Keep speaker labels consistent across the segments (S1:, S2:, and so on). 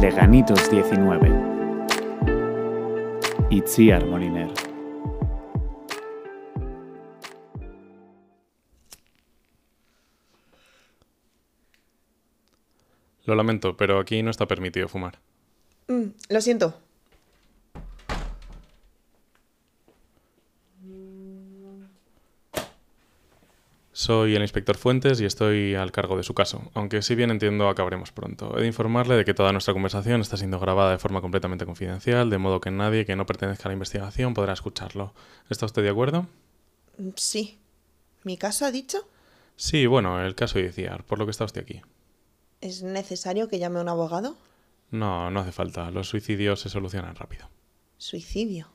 S1: Granitos 19. Itziar Moliner.
S2: Lo lamento, pero aquí no está permitido fumar.
S3: Mm, lo siento.
S2: Soy el inspector Fuentes y estoy al cargo de su caso, aunque si bien entiendo acabaremos pronto. He de informarle de que toda nuestra conversación está siendo grabada de forma completamente confidencial, de modo que nadie que no pertenezca a la investigación podrá escucharlo. ¿Está usted de acuerdo?
S3: Mm, Sí. ¿Mi caso ha dicho?
S2: Sí, bueno, el caso de Ciar, por lo que está usted aquí.
S3: ¿Es necesario que llame a un abogado?
S2: No, no hace falta, los suicidios se solucionan rápido.
S3: Suicidio.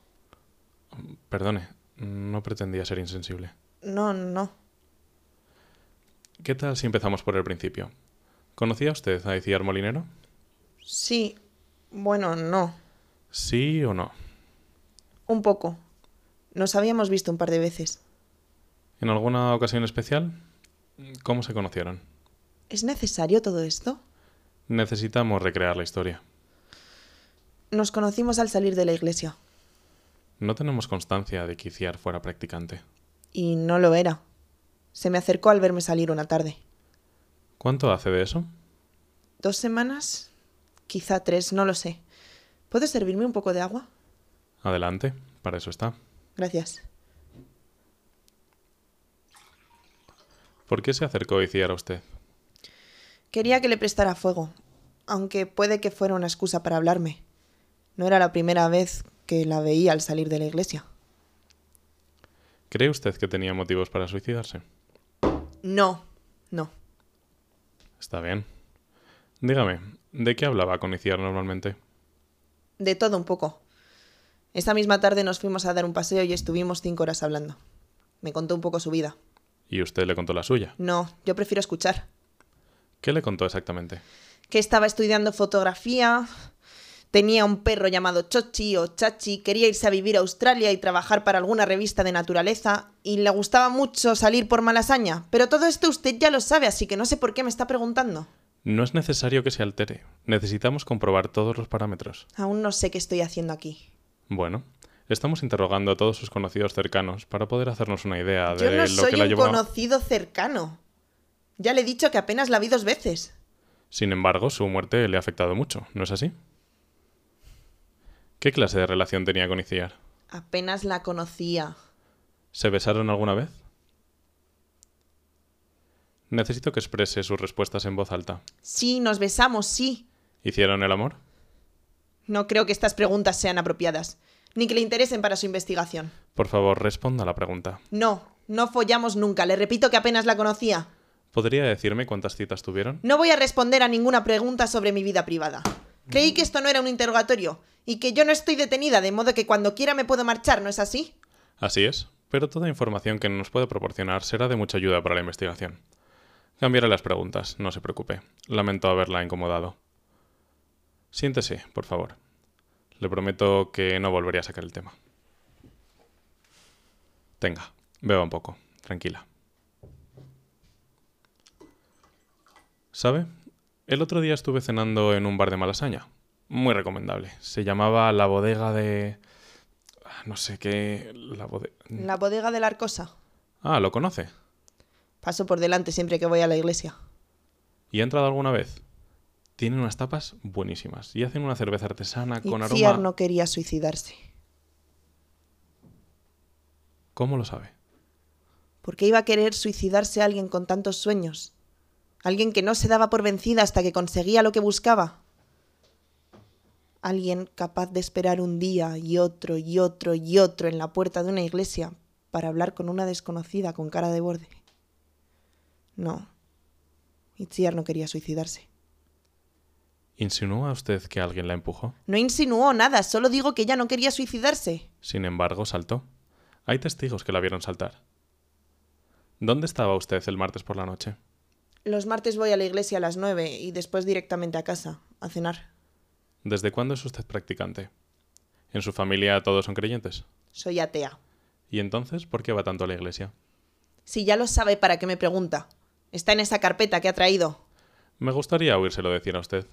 S2: Perdone, no pretendía ser insensible.
S3: No, no.
S2: ¿Qué tal si empezamos por el principio? ¿Conocía usted a Iciar Molinero?
S3: Sí. Bueno, no.
S2: ¿Sí o no?
S3: Un poco. Nos habíamos visto un par de veces.
S2: ¿En alguna ocasión especial? ¿Cómo se conocieron?
S3: ¿Es necesario todo esto?
S2: Necesitamos recrear la historia.
S3: Nos conocimos al salir de la iglesia.
S2: No tenemos constancia de que Iciar fuera practicante.
S3: Y no lo era. Se me acercó al verme salir una tarde.
S2: ¿Cuánto hace de eso?
S3: ¿Dos semanas? Quizá tres, no lo sé. ¿Puedo servirme un poco de agua?
S2: Adelante, para eso está.
S3: Gracias.
S2: ¿Por qué se acercó Iciar a usted?
S3: Quería que le prestara fuego, aunque puede que fuera una excusa para hablarme. No era la primera vez que la veía al salir de la iglesia.
S2: ¿Cree usted que tenía motivos para suicidarse?
S3: No, no.
S2: Está bien. Dígame, ¿de qué hablaba con Iciar normalmente?
S3: De todo un poco. Esa misma tarde nos fuimos a dar un paseo y estuvimos cinco horas hablando. Me contó un poco su vida.
S2: Y usted le contó la suya.
S3: No, yo prefiero escuchar.
S2: ¿Qué le contó exactamente?
S3: Que estaba estudiando fotografía, tenía un perro llamado Chochi o Chachi, quería irse a vivir a Australia y trabajar para alguna revista de naturaleza, y le gustaba mucho salir por Malasaña. Pero todo esto usted ya lo sabe, así que no sé por qué me está preguntando.
S2: No es necesario que se altere. Necesitamos comprobar todos los parámetros.
S3: Aún no sé qué estoy haciendo aquí.
S2: Bueno, estamos interrogando a todos sus conocidos cercanos para poder hacernos una idea de
S3: Yo no
S2: lo
S3: soy
S2: que la
S3: un
S2: llevó. a-
S3: conocido cercano. Ya le he dicho que apenas la vi dos veces.
S2: Sin embargo, su muerte le ha afectado mucho, ¿no es así? ¿Qué clase de relación tenía con Iciar?
S3: Apenas la conocía.
S2: ¿Se besaron alguna vez? Necesito que exprese sus respuestas en voz alta.
S3: Sí, nos besamos, sí.
S2: ¿Hicieron el amor?
S3: No creo que estas preguntas sean apropiadas, ni que le interesen para su investigación.
S2: Por favor, responda a la pregunta.
S3: No, no follamos nunca, le repito que apenas la conocía.
S2: ¿Podría decirme cuántas citas tuvieron?
S3: No voy a responder a ninguna pregunta sobre mi vida privada. Creí que esto no era un interrogatorio, y que yo no estoy detenida, de modo que cuando quiera me puedo marchar, ¿no es así?
S2: Así es, pero toda información que nos pueda proporcionar será de mucha ayuda para la investigación. Cambiaré las preguntas, no se preocupe. Lamento haberla incomodado. Siéntese, por favor. Le prometo que no volveré a sacar el tema. Tenga, beba un poco, tranquila. ¿Sabe? El otro día estuve cenando en un bar de Malasaña. Muy recomendable. Se llamaba La Bodega de... Ah, No sé qué... La bodega...
S3: La bodega de la Arcosa.
S2: Ah, lo conoce.
S3: Paso por delante siempre que voy a la iglesia.
S2: ¿Y ha entrado alguna vez? Tienen unas tapas buenísimas y hacen una cerveza artesana con
S3: Itziar
S2: aroma.
S3: no quería suicidarse,
S2: ¿Cómo lo sabe?
S3: porque iba a querer suicidarse a alguien con tantos sueños. Alguien que no se daba por vencida hasta que conseguía lo que buscaba. Alguien capaz de esperar un día y otro y otro y otro en la puerta de una iglesia para hablar con una desconocida con cara de borde. No. Itziar no quería suicidarse.
S2: ¿Insinúa usted que alguien la empujó?
S3: No insinuó nada, solo digo que ella no quería suicidarse.
S2: Sin embargo, saltó. Hay testigos que la vieron saltar. ¿Dónde estaba usted el martes por la noche?
S3: Los martes voy a la iglesia a las nueve y después directamente a casa, a cenar.
S2: ¿Desde cuándo es usted practicante? ¿En su familia todos son creyentes?
S3: Soy atea.
S2: ¿Y entonces por qué va tanto a la iglesia?
S3: Si ya lo sabe, ¿para qué me pregunta? Está en esa carpeta que ha traído.
S2: Me gustaría oírselo decir a usted.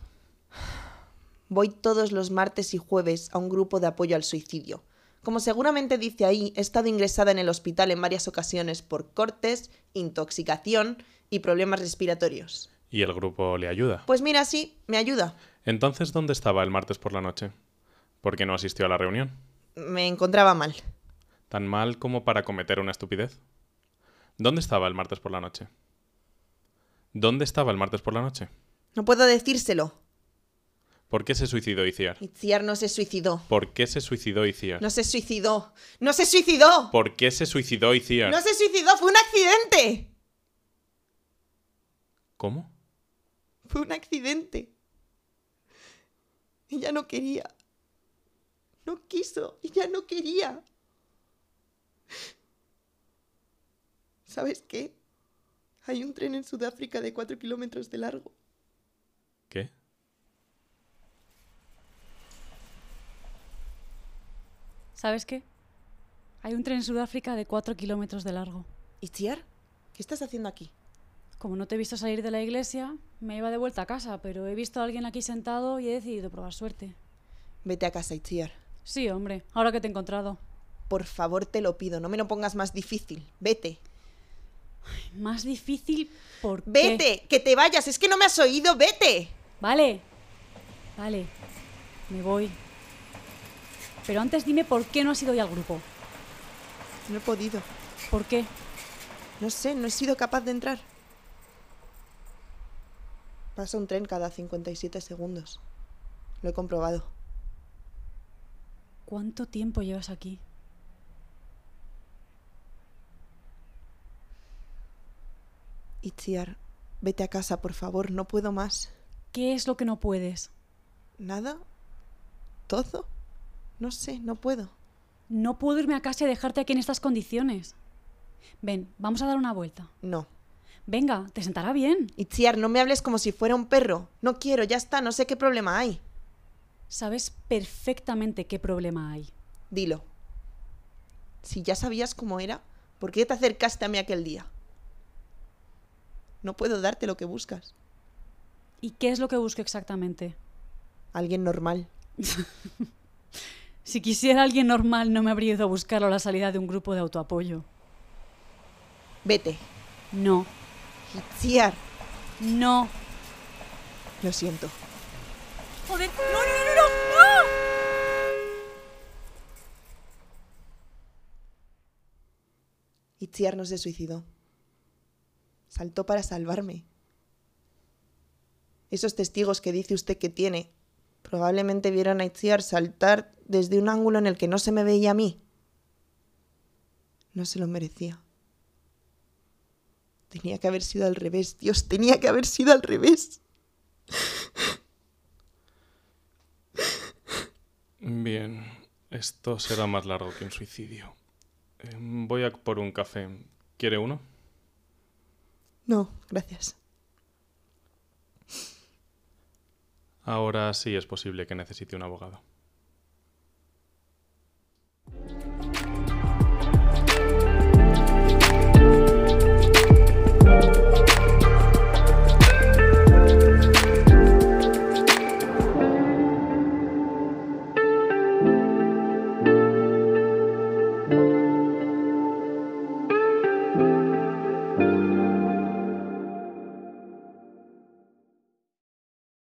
S3: Voy todos los martes y jueves a un grupo de apoyo al suicidio. Como seguramente dice ahí, he estado ingresada en el hospital en varias ocasiones por cortes, intoxicación y problemas respiratorios.
S2: ¿Y el grupo le ayuda?
S3: Pues mira, sí, me ayuda.
S2: Entonces, ¿dónde estaba el martes por la noche? ¿Por qué no asistió a la reunión?
S3: Me encontraba mal.
S2: ¿Tan mal como para cometer una estupidez? ¿Dónde estaba el martes por la noche? ¿Dónde estaba el martes por la noche?
S3: No puedo decírselo.
S2: ¿Por qué se suicidó Iciar?
S3: Itziar no se suicidó.
S2: ¿Por qué se suicidó Iciar?
S3: No se suicidó. ¡No se suicidó!
S2: ¿Por qué se suicidó Iciar?
S3: ¡No se suicidó! ¡Fue un accidente!
S2: ¿Cómo?
S3: Fue un accidente. Ella no quería. No quiso. Ella no quería. ¿Sabes qué? Hay un tren en Sudáfrica de 4 kilómetros de largo.
S2: ¿Qué?
S4: ¿Sabes qué? Hay un tren en Sudáfrica de 4 kilómetros de largo.
S3: ¿Itziar? ¿Qué estás haciendo aquí?
S4: Como no te he visto salir de la iglesia, me iba de vuelta a casa, pero he visto a alguien aquí sentado y he decidido probar suerte.
S3: Vete a casa, Itziar.
S4: Sí, hombre, ahora que te he encontrado.
S3: Por favor, te lo pido. No me lo pongas más difícil. Vete.
S4: Más difícil por qué?
S3: ¡Vete! ¡Que te vayas! ¡Es que no me has oído! ¡Vete!
S4: Vale, vale, me voy. Pero antes dime por qué no has ido hoy al grupo.
S3: No he podido.
S4: ¿Por qué?
S3: No sé, no he sido capaz de entrar. Pasa un tren cada 57 segundos. Lo he comprobado.
S4: ¿Cuánto tiempo llevas aquí?
S3: Itziar, vete a casa, por favor. No puedo más.
S4: ¿Qué es lo que no puedes?
S3: ¿Nada? ¿Todo? No sé, no puedo.
S4: No puedo irme a casa y dejarte aquí en estas condiciones. Ven, vamos a dar una vuelta.
S3: No.
S4: Venga, te sentará bien.
S3: Itziar, no me hables como si fuera un perro. No quiero, ya está, no sé qué problema hay.
S4: Sabes perfectamente qué problema hay.
S3: Dilo. Si ya sabías cómo era, ¿por qué te acercaste a mí aquel día? No puedo darte lo que buscas.
S4: ¿Y qué es lo que busco exactamente?
S3: Alguien normal.
S4: Si quisiera alguien normal, no me habría ido a buscarlo a la salida de un grupo de autoapoyo.
S3: Vete.
S4: No,
S3: Itziar,
S4: no.
S3: lo siento.
S4: Joder, no, no, no, no.
S3: Itziar no se suicidó. Saltó para salvarme. Esos testigos que dice usted que tiene probablemente vieron a Itziar saltar desde un ángulo en el que no se me veía a mí. No se lo merecía. Tenía que haber sido al revés, Dios, tenía que haber sido al revés.
S2: Bien, esto será más largo que un suicidio. Em, Voy a por un café. ¿Quiere uno?
S3: No, gracias.
S2: Ahora sí es posible que necesite un abogado.